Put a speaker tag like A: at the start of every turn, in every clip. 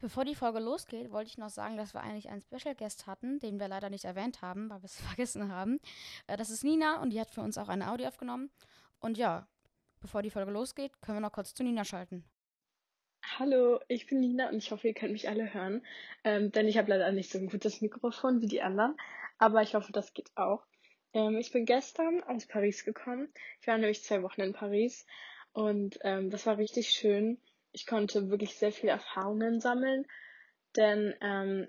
A: Bevor die Folge losgeht, wollte ich noch sagen, dass wir eigentlich einen Special Guest hatten, den wir leider nicht erwähnt haben, weil wir es vergessen haben. Äh, Das ist Nina und die hat für uns auch eine Audio aufgenommen. Und ja, bevor die Folge losgeht, können wir noch kurz zu Nina schalten.
B: Hallo, ich bin Nina und ich hoffe, ihr könnt mich alle hören. Ähm, denn ich habe leider nicht so ein gutes Mikrofon wie die anderen, aber ich hoffe, das geht auch. Ähm, ich bin gestern aus Paris gekommen. Ich war nämlich zwei Wochen in Paris und ähm, das war richtig schön. Ich konnte wirklich sehr viele Erfahrungen sammeln, denn ähm,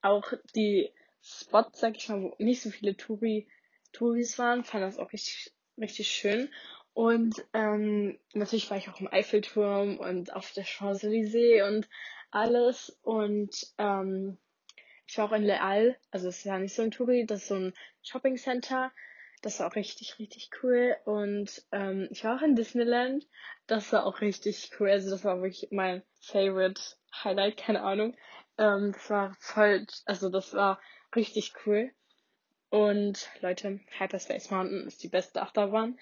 B: auch die Spots, sag ich mal, wo nicht so viele Touri, Touris waren, fand das auch richtig, richtig schön. Und ähm, natürlich war ich auch im Eiffelturm und auf der Champs-Élysées und alles. Und ähm, ich war auch in Leal, also es ist ja nicht so ein Touri, das ist so ein Shopping Center. Das war auch richtig, richtig cool. Und ähm, ich war auch in Disneyland. Das war auch richtig cool. Also das war wirklich mein favorite Highlight, keine Ahnung. Ähm, das war voll, also das war richtig cool. Und Leute, Hyperspace Mountain ist die beste Achterbahn.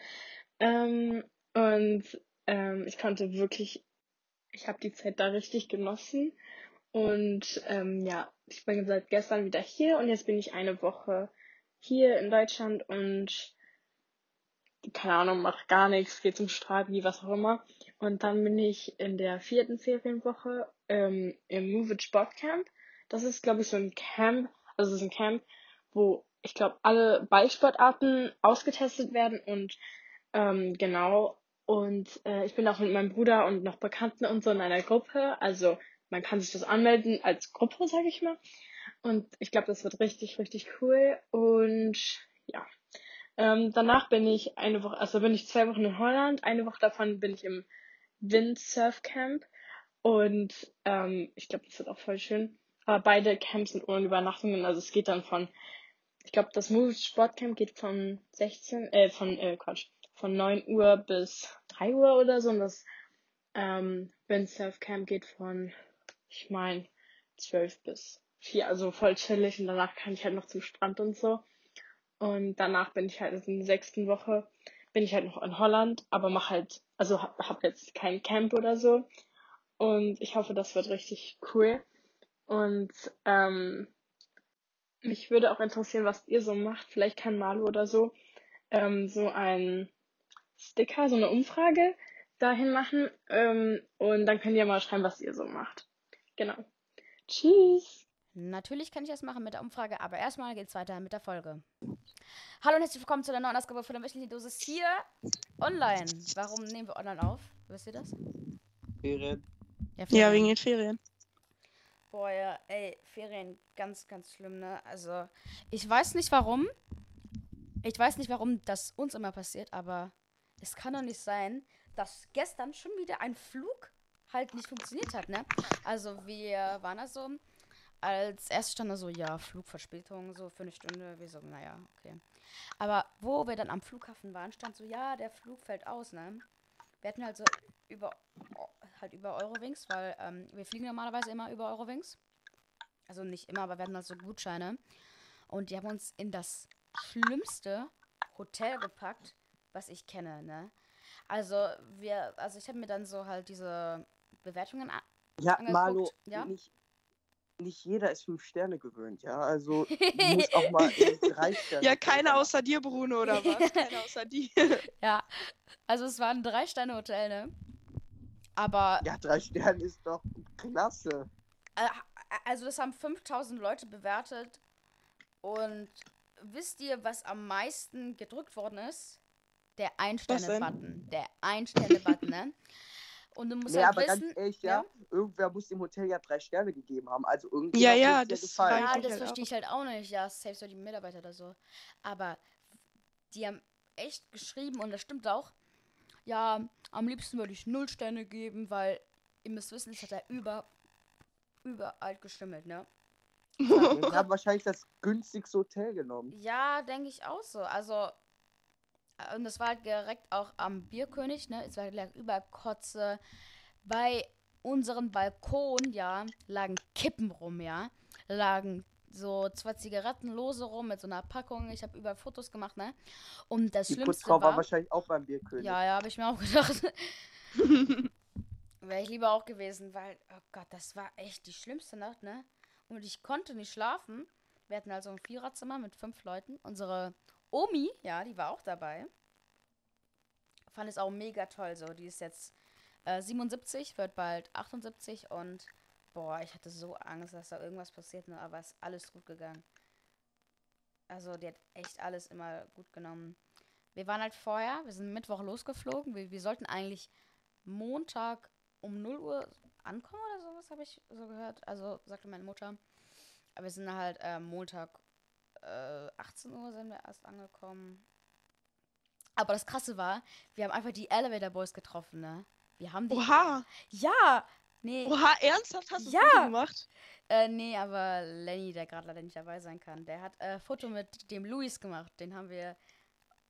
B: Ähm, und ähm, ich konnte wirklich, ich habe die Zeit da richtig genossen. Und ähm, ja, ich bin seit gestern wieder hier und jetzt bin ich eine Woche hier in Deutschland und keine Ahnung, mache gar nichts, gehe zum Strabi, was auch immer. Und dann bin ich in der vierten Ferienwoche ähm, im Move It Sportcamp. Das ist, glaube ich, so ein Camp, also es ist ein Camp, wo ich glaube, alle Ballsportarten ausgetestet werden und ähm, genau. Und äh, ich bin auch mit meinem Bruder und noch Bekannten und so in einer Gruppe. Also man kann sich das anmelden als Gruppe, sag ich mal. Und ich glaube, das wird richtig, richtig cool. Und ja. Ähm, danach bin ich eine Woche, also bin ich zwei Wochen in Holland. Eine Woche davon bin ich im Windsurfcamp. Und ähm, ich glaube, das wird auch voll schön. Aber beide Camps sind ohne Übernachtungen. Also es geht dann von, ich glaube, das Move Sportcamp geht von 16, äh, von, äh, Quatsch, von 9 Uhr bis 3 Uhr oder so. Und das ähm, Windsurf Camp geht von, ich meine, 12 bis 4, also voll chillig. Und danach kann ich halt noch zum Strand und so. Und danach bin ich halt also in der sechsten Woche, bin ich halt noch in Holland, aber mach halt, also hab, hab jetzt kein Camp oder so. Und ich hoffe, das wird richtig cool. Und ähm, mich würde auch interessieren, was ihr so macht. Vielleicht kann Malu oder so ähm, so ein Sticker, so eine Umfrage dahin machen. Ähm, und dann könnt ihr mal schreiben, was ihr so macht. Genau. Tschüss!
A: Natürlich kann ich das machen mit der Umfrage, aber erstmal geht's weiter mit der Folge. Hallo und herzlich willkommen zu der neuen Ausgabe von der wöchentlichen Dosis hier online. Warum nehmen wir online auf? Wisst ihr das?
C: Ferien.
D: Ja,
A: Florian.
D: wegen den Ferien.
A: Boah, ja, ey, Ferien, ganz, ganz schlimm, ne? Also, ich weiß nicht warum. Ich weiß nicht, warum das uns immer passiert, aber es kann doch nicht sein, dass gestern schon wieder ein Flug halt nicht funktioniert hat, ne? Also, wir waren da so, als erstes stand da so, ja, Flugverspätung, so für eine Stunde, wir so, naja, okay. Aber wo wir dann am Flughafen waren, stand so, ja, der Flug fällt aus, ne? Wir hatten halt so über halt über Eurowings, weil ähm, wir fliegen normalerweise immer über Eurowings. Also nicht immer, aber wir hatten halt so Gutscheine. Und die haben uns in das schlimmste Hotel gepackt, was ich kenne, ne? Also wir, also ich habe mir dann so halt diese Bewertungen an.
C: Ja,
A: Angeguckt,
C: Malo,
A: ja.
C: Nicht, nicht jeder ist fünf Sterne gewöhnt, ja. Also du musst auch mal äh, drei Sterne.
D: Ja, keiner
A: äh,
C: geben.
D: außer dir, Bruno, oder was? Keiner außer dir.
A: Ja, also es war ein Drei-Sterne-Hotel, ne? Aber
C: Ja, drei Sterne ist doch klasse.
A: Äh, Also das haben 5000 Leute bewertet. Und wisst ihr, was am meisten gedrückt worden ist? Der Einsterne-Button. Der Einsterne-Button, ne? Und du musst
C: Nee,
A: halt
C: aber
A: wissen...
C: ganz ehrlich, ja, irgendwer muss dem Hotel ja drei Sterne gegeben haben. Also irgendwie.
D: Ja, ja, das
C: gefallen.
D: frag
A: Ja,
D: ich mich
A: das
D: halt
A: verstehe ich halt auch nicht. Ja, safe so die Mitarbeiter oder so. Aber die haben echt geschrieben und das stimmt auch. Ja, am liebsten würde ich null Sterne geben, weil ihr müsst wissen, es hat ja über, überall geschimmelt, ne?
C: Ich habe wahrscheinlich das günstigste Hotel genommen.
A: Ja, denke ich auch so. Also, äh, und das war halt direkt auch am Bierkönig, ne? Es war lag überall Kotze. Bei unserem Balkon, ja, lagen Kippen rum, ja. Lagen so zwei Zigaretten lose rum mit so einer Packung. Ich habe überall Fotos gemacht, ne? Und das
C: Die
A: Schlimmste
C: Putzfrau war
A: war.
C: wahrscheinlich auch beim Bierkönig.
A: Ja, ja, habe ich mir auch gedacht. Wäre ich lieber auch gewesen, weil, oh Gott, das war echt die schlimmste Nacht, ne? Und ich konnte nicht schlafen. Wir hatten also ein Viererzimmer mit fünf Leuten. Unsere Omi, ja, die war auch dabei. Fand es auch mega toll, so. Die ist jetzt äh, 77, wird bald 78 und, boah, ich hatte so Angst, dass da irgendwas passiert, ne? Aber es ist alles gut gegangen. Also, die hat echt alles immer gut genommen. Wir waren halt vorher, wir sind Mittwoch losgeflogen. Wir, wir sollten eigentlich Montag um 0 Uhr ankommen oder sowas, habe ich so gehört. Also sagte meine Mutter. Aber wir sind halt äh, Montag äh, 18 Uhr sind wir erst angekommen. Aber das Krasse war, wir haben einfach die Elevator Boys getroffen, ne? Wir haben die.
D: Oha,
A: Ja! Nee,
D: oha, ernsthaft hast du
A: Ja.
D: das Foto gemacht?
A: äh, nee, aber Lenny, der gerade leider nicht dabei sein kann, der hat äh, Foto mit dem Luis gemacht. Den haben wir.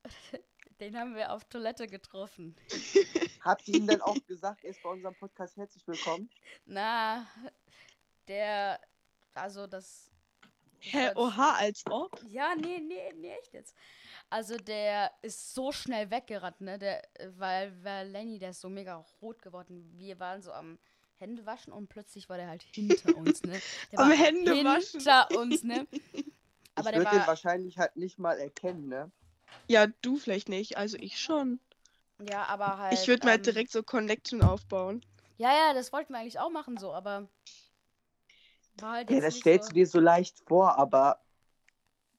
A: den haben wir auf Toilette getroffen.
C: Habt ihr ihm dann auch gesagt, er ist bei unserem Podcast herzlich willkommen?
A: Na, der. Also, das.
D: Hä,
A: das-
D: oha, als ob?
A: Ja, nee, nee, nee, echt jetzt. Also, der ist so schnell weggerannt, ne? Der, weil, weil Lenny, der ist so mega rot geworden. Wir waren so am Händewaschen und plötzlich war der halt hinter uns, ne? Der
D: Am
A: war
D: Händewaschen.
A: Hinter uns, ne? Aber
C: ich
A: der
C: würde den
A: war.
C: wahrscheinlich halt nicht mal erkennen, ne?
D: Ja, du vielleicht nicht, also ich schon.
A: Ja, aber halt.
D: Ich würde mir
A: ähm,
D: halt direkt so Connection aufbauen.
A: Ja, ja, das wollten wir eigentlich auch machen, so, aber. War halt
C: Ja,
A: jetzt
C: das
A: nicht
C: stellst
A: so.
C: du dir so leicht vor, aber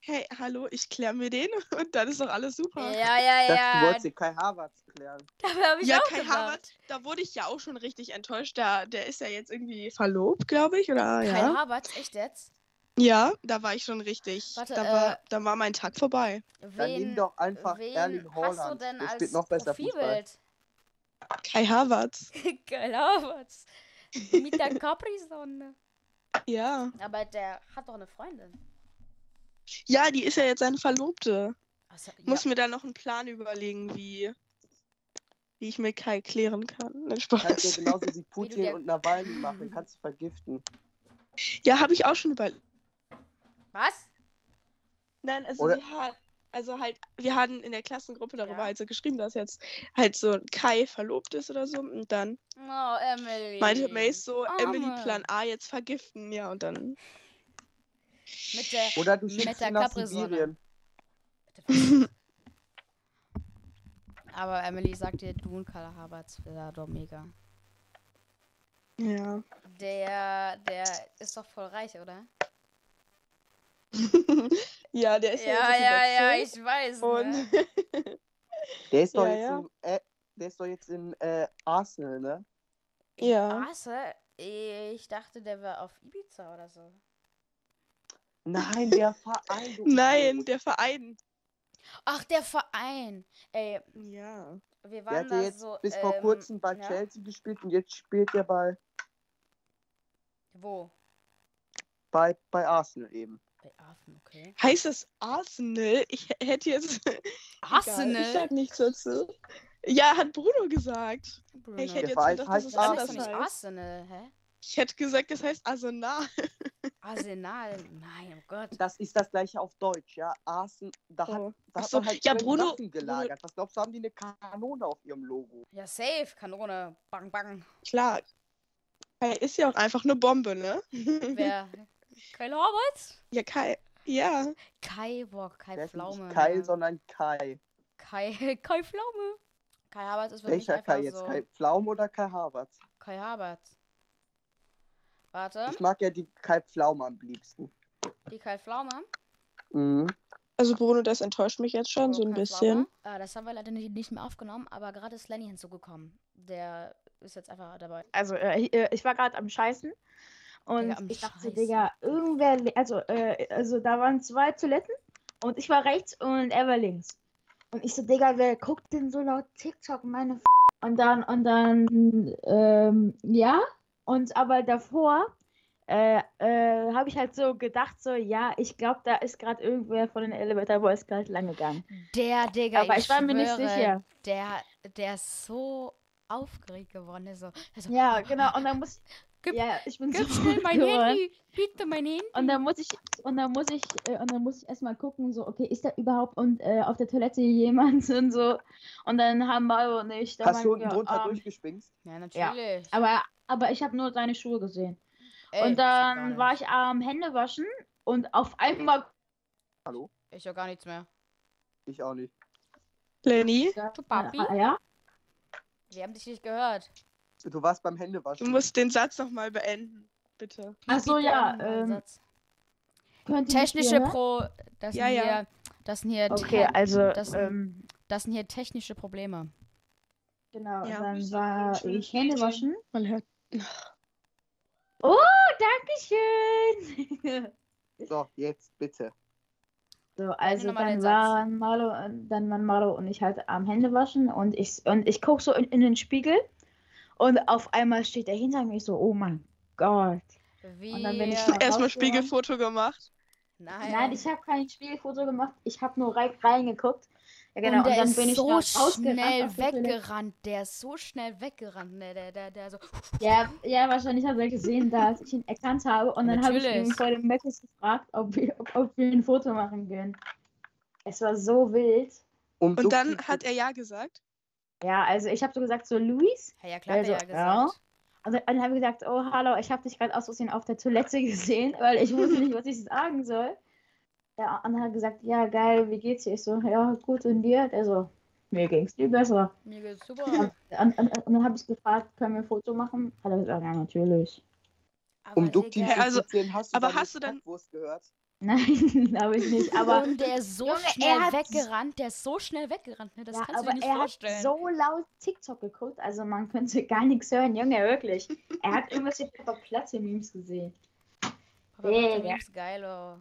D: Hey, hallo, ich klär mir den und dann ist doch alles super.
A: Ja, ja,
C: das ja.
A: ja.
C: wolltest du Kai Havertz klären.
A: Dabei hab ich
D: Ja,
A: auch
D: Kai
A: gedacht.
D: Havertz, da wurde ich ja auch schon richtig enttäuscht. Da, der ist ja jetzt irgendwie verlobt, glaube ich,
C: Ah,
D: oder?
A: Kai
D: ja.
A: Havertz, echt jetzt?
D: ja, da war ich schon richtig.
A: Warte,
D: da,
A: äh,
D: war, da war mein Tag vorbei.
C: Dann nimm doch einfach
A: wen
C: Erling Haaland.
A: hast du denn
C: der
A: als
C: spielt noch besser Fußball.
A: Profilbild?
D: Kai Havertz.
A: Geil, Havertz. Mit der Capri-Sonne.
D: Ja.
A: Aber der hat doch eine Freundin.
D: Ja, die ist ja jetzt seine Verlobte.
A: Also, ja.
D: Muss mir da noch einen Plan überlegen, wie, wie ich mit Kai klären kann. Nein, Spaß.
C: Kannst du genauso wie Putin
A: der-
C: und Nawalny machen, kannst du vergiften.
D: Ja, habe ich auch schon überlegt.
A: Was?
D: Nein, also
C: Oder-
D: wir hatten, also halt, wir hatten in der Klassengruppe darüber
A: Ja.
D: halt so geschrieben, dass jetzt halt so Kai verlobt ist oder so. Und dann
A: Oh, Emily.
D: meinte Mace so, Emily
A: Arme.
D: Plan A jetzt vergiften, ja, und dann.
A: Mit der...
C: Oder du
A: Mit
C: schickst
A: der
C: ihn nach
A: Capri-Sonne.
C: Sibirien.
A: Aber Emily sagt dir, du und Karl Havertz, der war doch mega.
D: Ja.
A: Der, der ist doch voll reich, oder?
D: Ja, der ist ja, ne? jetzt jetzt
A: weiß. ne?
D: Und
C: Der ist doch
D: Ja,
C: jetzt,
D: ja.
C: In, äh, der ist doch jetzt in äh, Arsenal, ne?
D: Ja.
A: Arse, ich dachte, der war auf Ibiza oder so.
C: Nein, der Verein. du-
D: Nein, der Verein.
A: Ach, der Verein. Ey,
D: Ja.
A: wir
C: Der
A: waren
C: hat ja
A: da
C: jetzt
A: so.
C: bis vor
A: ähm,
C: kurzem bei
A: ja.
C: Chelsea gespielt und jetzt spielt er bei,
A: Wo?
C: bei, bei Arsenal eben.
A: Bei Affen, okay.
D: Heißt das Arsenal? Ich h- hätte jetzt. Egal, Ich
A: Arsenal?
D: sag nichts dazu. Ja, hat Bruno gesagt.
A: Bruno.
D: Ich hätte
C: Der
D: jetzt
C: Verein
D: gedacht, dass
C: heißt
D: es
A: das heißt doch
D: anders
A: nicht
D: heißt.
A: Arsenal, hä?
D: Ich hätte gesagt, das heißt Arsenal.
A: Arsenal? Nein, oh Gott.
C: Das ist das gleiche auf Deutsch, ja. Arsenal, da hat,
D: Oh.
C: da
D: Ach
C: hat
D: so,
C: man halt
D: ja,
C: schön
D: Bruno-
C: Waffen gelagert. Was glaubst du, haben die eine Kanone auf ihrem Logo?
A: Ja, safe, Kanone. Bang, bang.
D: Klar. Kai ist ja auch einfach eine Bombe, ne?
A: Wer? Kai Horvath?
D: Ja, Kai. Ja.
A: Kai, boah,
C: Der
A: Kai
C: ist nicht
A: Pflaume.
C: Kai,
A: ja.
C: sondern Kai.
A: Kai, Kai Pflaume. Kai Havertz ist für mich
C: Welcher
A: einfach
C: Kai jetzt?
A: so.
C: Kai Pflaume oder Kai Havertz?
A: Kai Havertz. Warte,
C: Ich mag ja die Kai Pflaume am liebsten.
A: die Kai Pflaume.
C: Mhm.
D: Also Bruno, das enttäuscht mich jetzt schon so ein
A: Kai
D: bisschen.
A: Pflaume. Äh, das haben wir leider nicht, nicht mehr aufgenommen, aber gerade ist Lenny hinzugekommen. Der ist jetzt einfach dabei.
E: Also, äh, ich- äh, ich war gerade am Scheißen. Und
A: Digga, am
E: ich dachte,
A: Scheißen.
E: Digga, irgendwer, le- also, äh, also da waren zwei Toiletten und ich war rechts und er war links. Und ich so, Digga, wer guckt denn so laut TikTok, meine F Und dann, und dann, ähm, ja. Und aber davor äh, äh, habe ich halt so gedacht, so, ja, ich glaube, da ist gerade irgendwer von den Elevator Boys gerade lang gegangen.
A: Der, Digga,
E: aber ich war mir nicht
A: schwöre,
E: sicher.
A: Der, der ist so aufgeregt geworden. Der so, der so
E: Ja, genau. Und dann muss,
A: Gib-
E: ja, ich bin
A: Gib
E: so
A: schnell
E: rot
A: mein
E: geworden.
A: Handy. Bitte mein Handy.
E: Und dann muss ich, und dann muss ich, äh, und dann muss ich erstmal gucken, so, okay, ist da überhaupt und äh, auf der Toilette jemand und so. Und dann haben wir und ich. da
C: Hast du
E: waren
C: unten
E: wir,
C: drunter
E: ähm,
C: durchgeschwingt?
A: Ja, natürlich.
E: aber, aber ich habe nur seine Schuhe gesehen.
A: Ey,
E: und dann war ich am Hände waschen und auf einmal
C: Hallo?
A: Ich höre gar nichts mehr.
C: Ich auch nicht.
D: Lenny,
A: Du Papi,
E: Ah, ja?
A: wir haben dich nicht gehört.
C: Du warst beim
D: du
C: Händewaschen.
D: musst den Satz nochmal beenden. Bitte.
E: Ach so,
A: Bitte um
E: ja,
A: einen anderen
E: ähm,
A: Satz.
E: Könnt ihr mich hier
A: Technische
E: hören?
A: Pro. Das
D: Ja,
A: sind
D: ja.
A: hier. Das sind hier.
E: Okay,
A: te-
E: also,
A: das-
E: ähm,
A: das sind hier technische Probleme.
E: genau,
D: Ja,
E: und dann
D: müssen
E: war
D: wir
E: ich Hände waschen.
D: Man hört.
E: Dankeschön!
C: So, jetzt bitte.
E: So, also
A: nochmal den
E: dann
A: Satz.
E: waren Marlo, und- dann waren Marlo und ich halt am Händewaschen und ich, und ich gucke so in, in den Spiegel und auf einmal steht er hinter mir Ich so, oh mein Gott.
A: Wie.
E: dann bin ich-
D: Erstmal
E: raus, oder?
D: Spiegelfoto gemacht.
A: Nein.
E: Nein, ich habe kein Spiegelfoto gemacht, ich habe nur rein, reingeguckt. Ja, genau,
A: und der
E: dann
A: ist
E: bin ich
A: so
E: noch rausgerannt
A: schnell
E: auf die Toilette.
A: weggerannt. Der ist so schnell weggerannt. ne, Der, der, der, der so.
E: Ja, ja, wahrscheinlich hat er gesehen, dass ich ihn erkannt habe und dann habe ich ihn
A: Natürlich.
E: vor dem Meckes gefragt, ob wir, ob, ob wir ein Foto machen können. Es war so wild.
C: Um
D: Und dann hat er ja gesagt.
E: Ja, also ich habe so gesagt, so Luis,
A: Ja, ja klar,
E: Also,
A: hat er ja
E: ja.
A: gesagt.
E: Und dann, und dann habe ich gesagt, oh hallo, ich habe dich gerade aus Versehen auf der Toilette gesehen, weil ich wusste nicht, was ich sagen soll. Ja, und dann hat er gesagt, ja geil, wie geht's dir? Ich so, ja gut und dir? Der so, mir ging's viel besser.
A: Mir geht's super.
E: Und, und, und dann habe ich gefragt, können wir ein Foto machen? Hat er gesagt, ja natürlich.
C: Um Dukti
D: Digga, also-
C: zu zitieren, hast du
D: aber
C: seine
D: hast du dann-
C: Bockwurst gehört?
E: Nein, habe ich nicht. Aber,
A: und der ist so
E: Junge, er
A: schnell
E: hat-
A: weggerannt. Der ist so schnell weggerannt. Ne? Das
E: ja,
A: kannst du
E: aber
A: dir nicht
E: er
A: vorstellen.
E: hat so laut TikTok geguckt, also man könnte gar nichts hören, Junge, wirklich. Er hat irgendwelche Platte-Memes gesehen.
A: aber Peter
E: Digga.
A: Williams, geil, oh.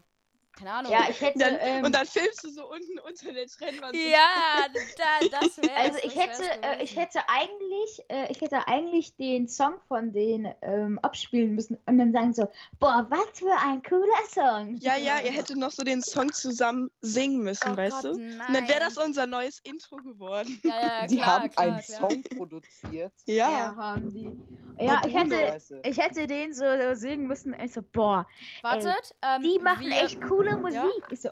A: Keine Ahnung.
E: Ja, ich hätte.
D: Dann,
E: ähm,
D: und dann filmst du so unten unter der Trennwand.
A: Ja, da, das wäre
E: Also ich hätte, äh, ich hätte eigentlich, äh, ich hätte eigentlich den Song von denen ähm, abspielen müssen und dann sagen so, boah, was für ein cooler Song.
D: Ja, ja, ihr hättet noch so den Song zusammen singen müssen,
A: Oh
D: weißt du?
A: Nein.
D: Und dann wäre das unser neues Intro geworden.
A: Ja, ja, ja,
C: Die
A: klar,
C: haben
A: klar,
C: einen
A: klar.
C: Song produziert.
E: Ja, haben die. Ja, ich hätte,
C: Scheiße.
E: ich hätte den so so singen müssen. Ich so, boah,
A: Wartet, ähm,
E: die machen
A: wir,
E: echt coole Musik. Ich so,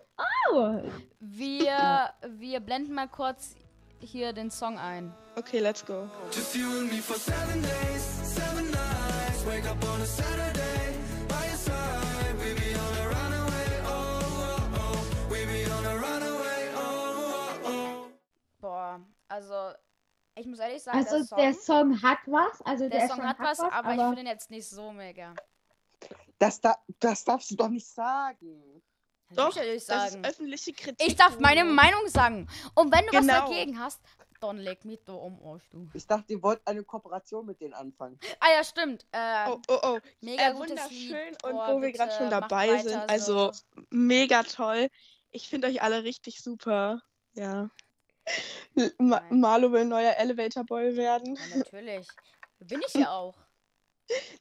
E: oh.
A: Wir, wir blenden mal kurz hier den Song ein.
D: Okay, let's go.
F: Just you and me for seven days, seven nights. Wake up on a Saturday, by your side. We be on a runaway, oh, oh, oh. We be on a runaway, oh, oh, oh.
A: Boah, also ich muss ehrlich sagen,
E: Also
A: der Song,
E: der Song hat was, also
A: der Song hat was, aber ich finde ihn jetzt nicht so mega.
C: Das, da, das darfst du doch nicht sagen.
A: Das
D: Doch,
A: muss ich ehrlich
D: Das ist
A: sagen.
D: öffentliche Kritik.
A: Ich darf meine
D: du.
A: Meinung sagen. Und wenn du was
D: Genau.
A: dagegen hast, dann leg mich doch um, Arsch, du.
C: Ich dachte, ihr wollt eine Kooperation mit denen anfangen.
A: Ah ja, stimmt. Äh,
D: Oh, oh, oh.
A: mega
D: äh,
A: gutes
D: wunderschön.
A: Lied.
D: Und
A: Boah,
D: wo wir gerade
A: bitte,
D: schon
A: macht
D: dabei
A: weiter
D: sind, also
A: so.
D: mega toll. Ich finde euch alle richtig super. Ja. L- Ma
A: Nein.
D: Marlo will neuer Elevator Boy werden.
A: Ja, natürlich. Bin ich ja auch.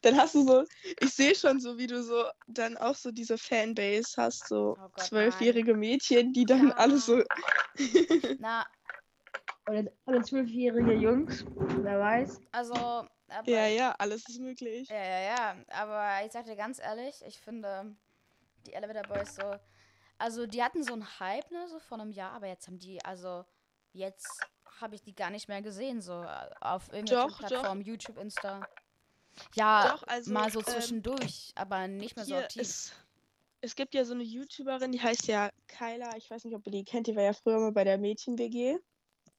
D: Dann hast du so, ich sehe schon so, wie du so dann auch so diese Fanbase hast, so
A: Oh Gott,
D: zwölfjährige Mädchen, die dann
A: Ja. Oh
D: alle so.
A: Na,
E: Oder, oder zwölfjährige Jungs, wer weiß.
A: also. Aber,
D: Ja, ja, alles ist möglich.
A: Ja, ja, ja. Aber ich sag dir ganz ehrlich, ich finde die Elevator Boys so. Also, die hatten so einen Hype, ne, so vor einem Jahr, aber jetzt haben die, also, jetzt habe ich die gar nicht mehr gesehen, so äh, auf irgendwelchen
D: Doch, doch.
A: Plattformen, YouTube, Insta. Ja,
D: Doch, also,
A: mal so
D: ähm,
A: zwischendurch, aber nicht mehr so
D: Hier,
A: aktiv.
D: es, es gibt ja so eine YouTuberin, die heißt ja Kyla. Ich weiß nicht, ob ihr die kennt. Die war ja früher mal bei der Mädchen-WG.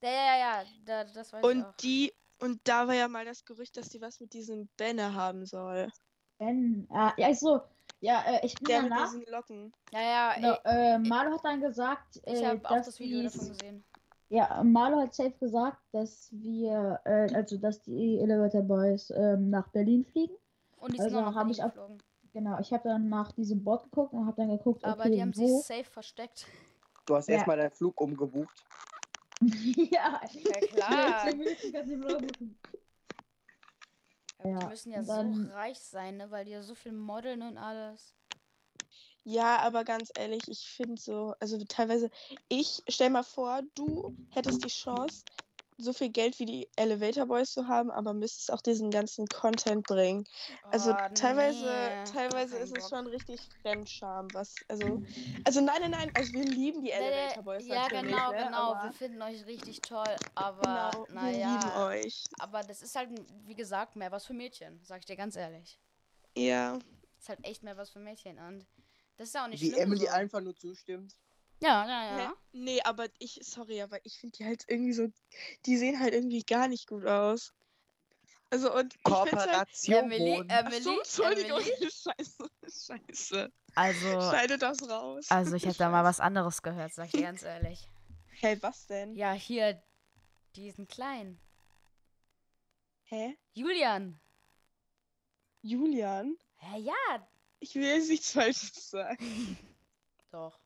A: ja, ja, ja, da, das weiß ich
D: Und
A: auch.
D: die, und da war ja mal das Gerücht, dass die was mit diesem Benne haben soll.
E: Ben, ah, ja, ich so, ja, äh, ich bin
D: Der mit
E: danach
D: diesen Locken.
A: Ja, ja,
E: Genau,
A: ich,
E: äh, Marlo hat dann gesagt,
A: ich
E: äh,
A: habe auch
E: dass
A: das Video
E: die's-
A: davon gesehen.
E: Ja, Marlo hat safe gesagt, dass wir, äh, also dass die Elevator Boys ähm, nach Berlin fliegen.
A: Und die
E: Also
A: sind auch
E: hab
A: noch
E: ich auch-
A: geflogen.
E: Genau, ich habe dann nach diesem Board geguckt und habe dann geguckt,
A: Aber
E: okay,
A: die haben sich
E: wo.
A: safe versteckt.
C: Du hast
E: Ja.
C: erstmal deinen Flug umgebucht.
E: ja,
A: Ja, klar.
E: Zehn Minuten kannst du Vlog machen.
A: Ja, die
E: Ja,
A: müssen ja
E: und dann-
A: so reich sein, ne? weil die ja so viel modeln und alles.
D: Ja, aber ganz ehrlich, ich finde so, also teilweise, ich stell mal vor, du hättest die Chance, so viel Geld wie die Elevator Boys zu haben, aber müsstest auch diesen ganzen Content bringen. Also
A: Oh,
D: teilweise,
A: nee.
D: teilweise
A: Kein
D: ist es
A: Bock.
D: schon richtig Fremdscham, was, also, also nein, nein, nein, also wir lieben die
A: Nee, nee,
D: Elevator Boys
A: ja,
D: natürlich,
A: genau,
D: ne,
A: genau.
D: aber-
A: Wir finden euch richtig toll, aber
D: Genau, wir lieben
A: naja.
D: euch.
A: Aber das ist halt, wie gesagt, mehr was für Mädchen, sag ich dir ganz ehrlich.
D: Ja,
A: Ist halt echt mehr was für Mädchen und das ist ja auch nicht
C: Wie
A: schlimm.
C: Emily
A: so.
C: einfach nur zustimmt.
A: Ja, ja,
D: Hä?
A: ja.
D: Nee, aber ich, sorry, aber ich finde die halt irgendwie so, die sehen halt irgendwie gar nicht gut aus. Also und ich find's halt,
C: Kooperation.
A: Emily,
D: Ach
A: Emily,
D: so, Entschuldigung,
A: Emily.
D: scheiße, scheiße.
A: Also,
D: Schneide das raus.
A: also ich hätte da mal was anderes gehört, sag ich dir ganz ehrlich.
D: Hey, was denn?
A: Ja, hier, diesen kleinen.
D: Hä?
A: Julian.
D: Julian?
A: Hä, ja.
D: Ich will jetzt nichts Falsches sagen.
A: Doch.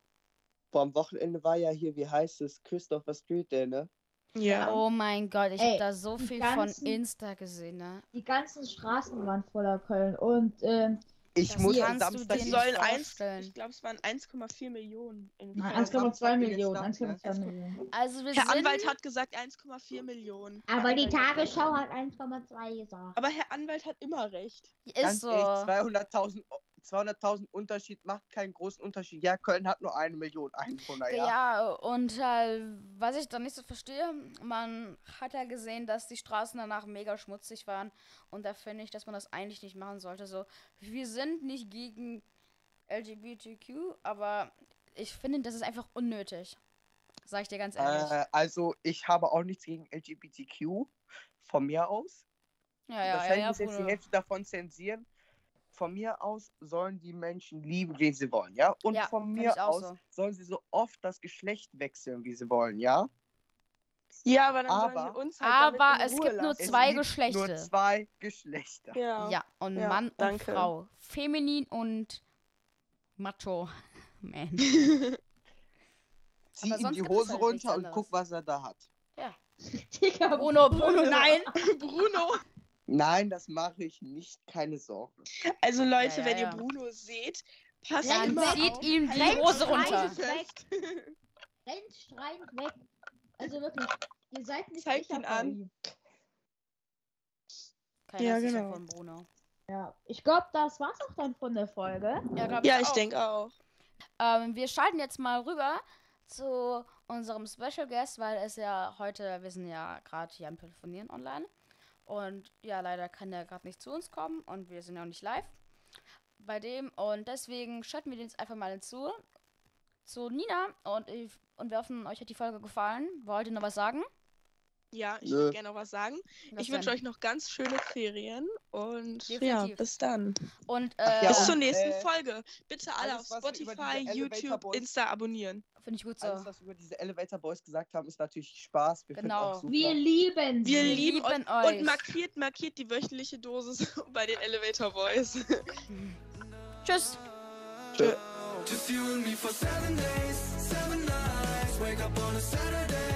C: Boah, am Wochenende war ja hier, wie heißt es, Christopher Street Day, ne?
D: Ja.
A: Oh mein Gott, ich
E: Ey,
A: hab da so
E: die
A: viel
E: ganzen-
A: von Insta gesehen, ne?
E: Die ganzen Straßen waren voller Köln und ähm,
C: Ich
A: Das
C: muss am
A: kannst du
C: Samstag
A: dir
D: Es
A: nicht
D: sollen eins,
A: vorstellen.
D: ich glaube, es waren 1,4 Millionen. in
E: nein,
D: Köln.
E: 1,2
A: halt
C: Samstag
E: Millionen,
C: jetzt
E: 1,2
C: noch, ne?
E: Millionen.
A: Also wir
D: Herr
A: sind...
D: Anwalt hat gesagt 1,4 Millionen.
E: Aber die
D: Herr Anwalt-
E: Tagesschau hat 1,2 gesagt.
D: Aber Herr Anwalt hat immer recht.
A: ist so.
C: ehrlich, 200.000 O- 200.000 Unterschied macht keinen großen Unterschied. Ja, Köln hat nur eine Million Einwohner, ja.
A: Ja, und äh, was ich dann nicht so verstehe, man hat ja gesehen, dass die Straßen danach mega schmutzig waren. Und da finde ich, dass man das eigentlich nicht machen sollte. So, wir sind nicht gegen LGBTQ, aber ich finde, das ist einfach unnötig. Sag ich dir ganz ehrlich.
C: Äh, also, ich habe auch nichts gegen LGBTQ von mir aus.
A: ja, ja, ja,
C: Wahrscheinlich
A: ja,
C: muss jetzt die
A: Bruder.
C: Hälfte davon zensieren. Von mir aus sollen die Menschen lieben, wen sie wollen, ja? Und
A: Ja,
C: von
A: find
C: mir
A: ich auch
C: aus
A: so.
C: sollen sie so oft das Geschlecht wechseln, wie sie wollen, ja?
D: Ja, aber dann sollen
C: Aber-
D: sie uns halt damit
A: Aber
D: in
A: es
D: Ruhe
A: gibt nur
D: lassen.
A: zwei
C: gibt Nur
A: Geschlechter.
C: zwei Geschlechter.
D: Ja.
A: Ja, und
D: Genau. Ja,
A: Mann und
D: danke.
A: Frau. Feminin und Macho. Man.
C: Zieh
A: Aber
C: ihm
A: sonst
C: die
A: gibt es
C: Hose
A: halt nichts
C: runter und
A: anderes.
C: guck, was er da hat.
E: Digga,
A: Bruno, Bruno, nein!
D: Bruno.
C: Nein, das mache ich nicht, keine Sorge.
D: Also
A: Ja,
D: Leute,
A: ja,
D: wenn
A: ja.
D: ihr Bruno seht, passt
E: Dann
D: immer
A: zieht
D: auf.
A: ihm die
D: Haltet
A: Hose
D: die Hose
A: runter.
D: fest.
E: rennt schreiend weg. Also wirklich, ihr seid nicht
D: Zeigt
E: sicher
D: ihn
E: vor
D: an.
E: ihm.
A: Keiner
D: Ja,
A: ist sicher
D: genau.
A: von Bruno.
E: Ja, ich glaube, das war's auch dann von der Folge.
A: Ja, glaub
D: Ja, ich
A: auch.
D: denke auch.
A: Ähm, wir schalten jetzt mal rüber zu unserem Special Guest, weil es ja heute, wir sind ja gerade hier am Telefonieren online. Und ja, leider kann der gerade nicht zu uns kommen und wir sind ja auch nicht live bei dem. Und deswegen schalten wir den jetzt einfach mal zu. Zu Nina und ich, und wir hoffen, euch hat die Folge gefallen. Wollt ihr noch was sagen?
D: Ja, ich
C: Nö.
D: würde gerne noch was sagen.
A: Was
D: ich wünsche
A: denn?
D: euch noch ganz schöne Ferien und ja,
A: Definitiv.
D: bis dann.
A: Und
C: Ach
A: äh,
C: ja,
D: bis
C: und,
D: zur nächsten
C: äh,
D: Folge. Bitte alle
C: alles,
D: auf
C: was wir über diese
D: Spotify,
C: Elevator
D: YouTube,
C: Boys-
D: Insta abonnieren.
A: finde ich gut so.
C: Alles, was wir über diese Elevator Boys gesagt haben, ist natürlich Spaß. Wir finden
A: Genau.
C: auch super.
E: Wir lieben
D: Wir
E: sie.
D: lieben
A: lieben euch.
D: Und markiert, markiert die wöchentliche Dosis bei den Elevator Boys.
A: Tschüss.
F: Just you and me for seven days, seven nights. Wake up on a Saturday,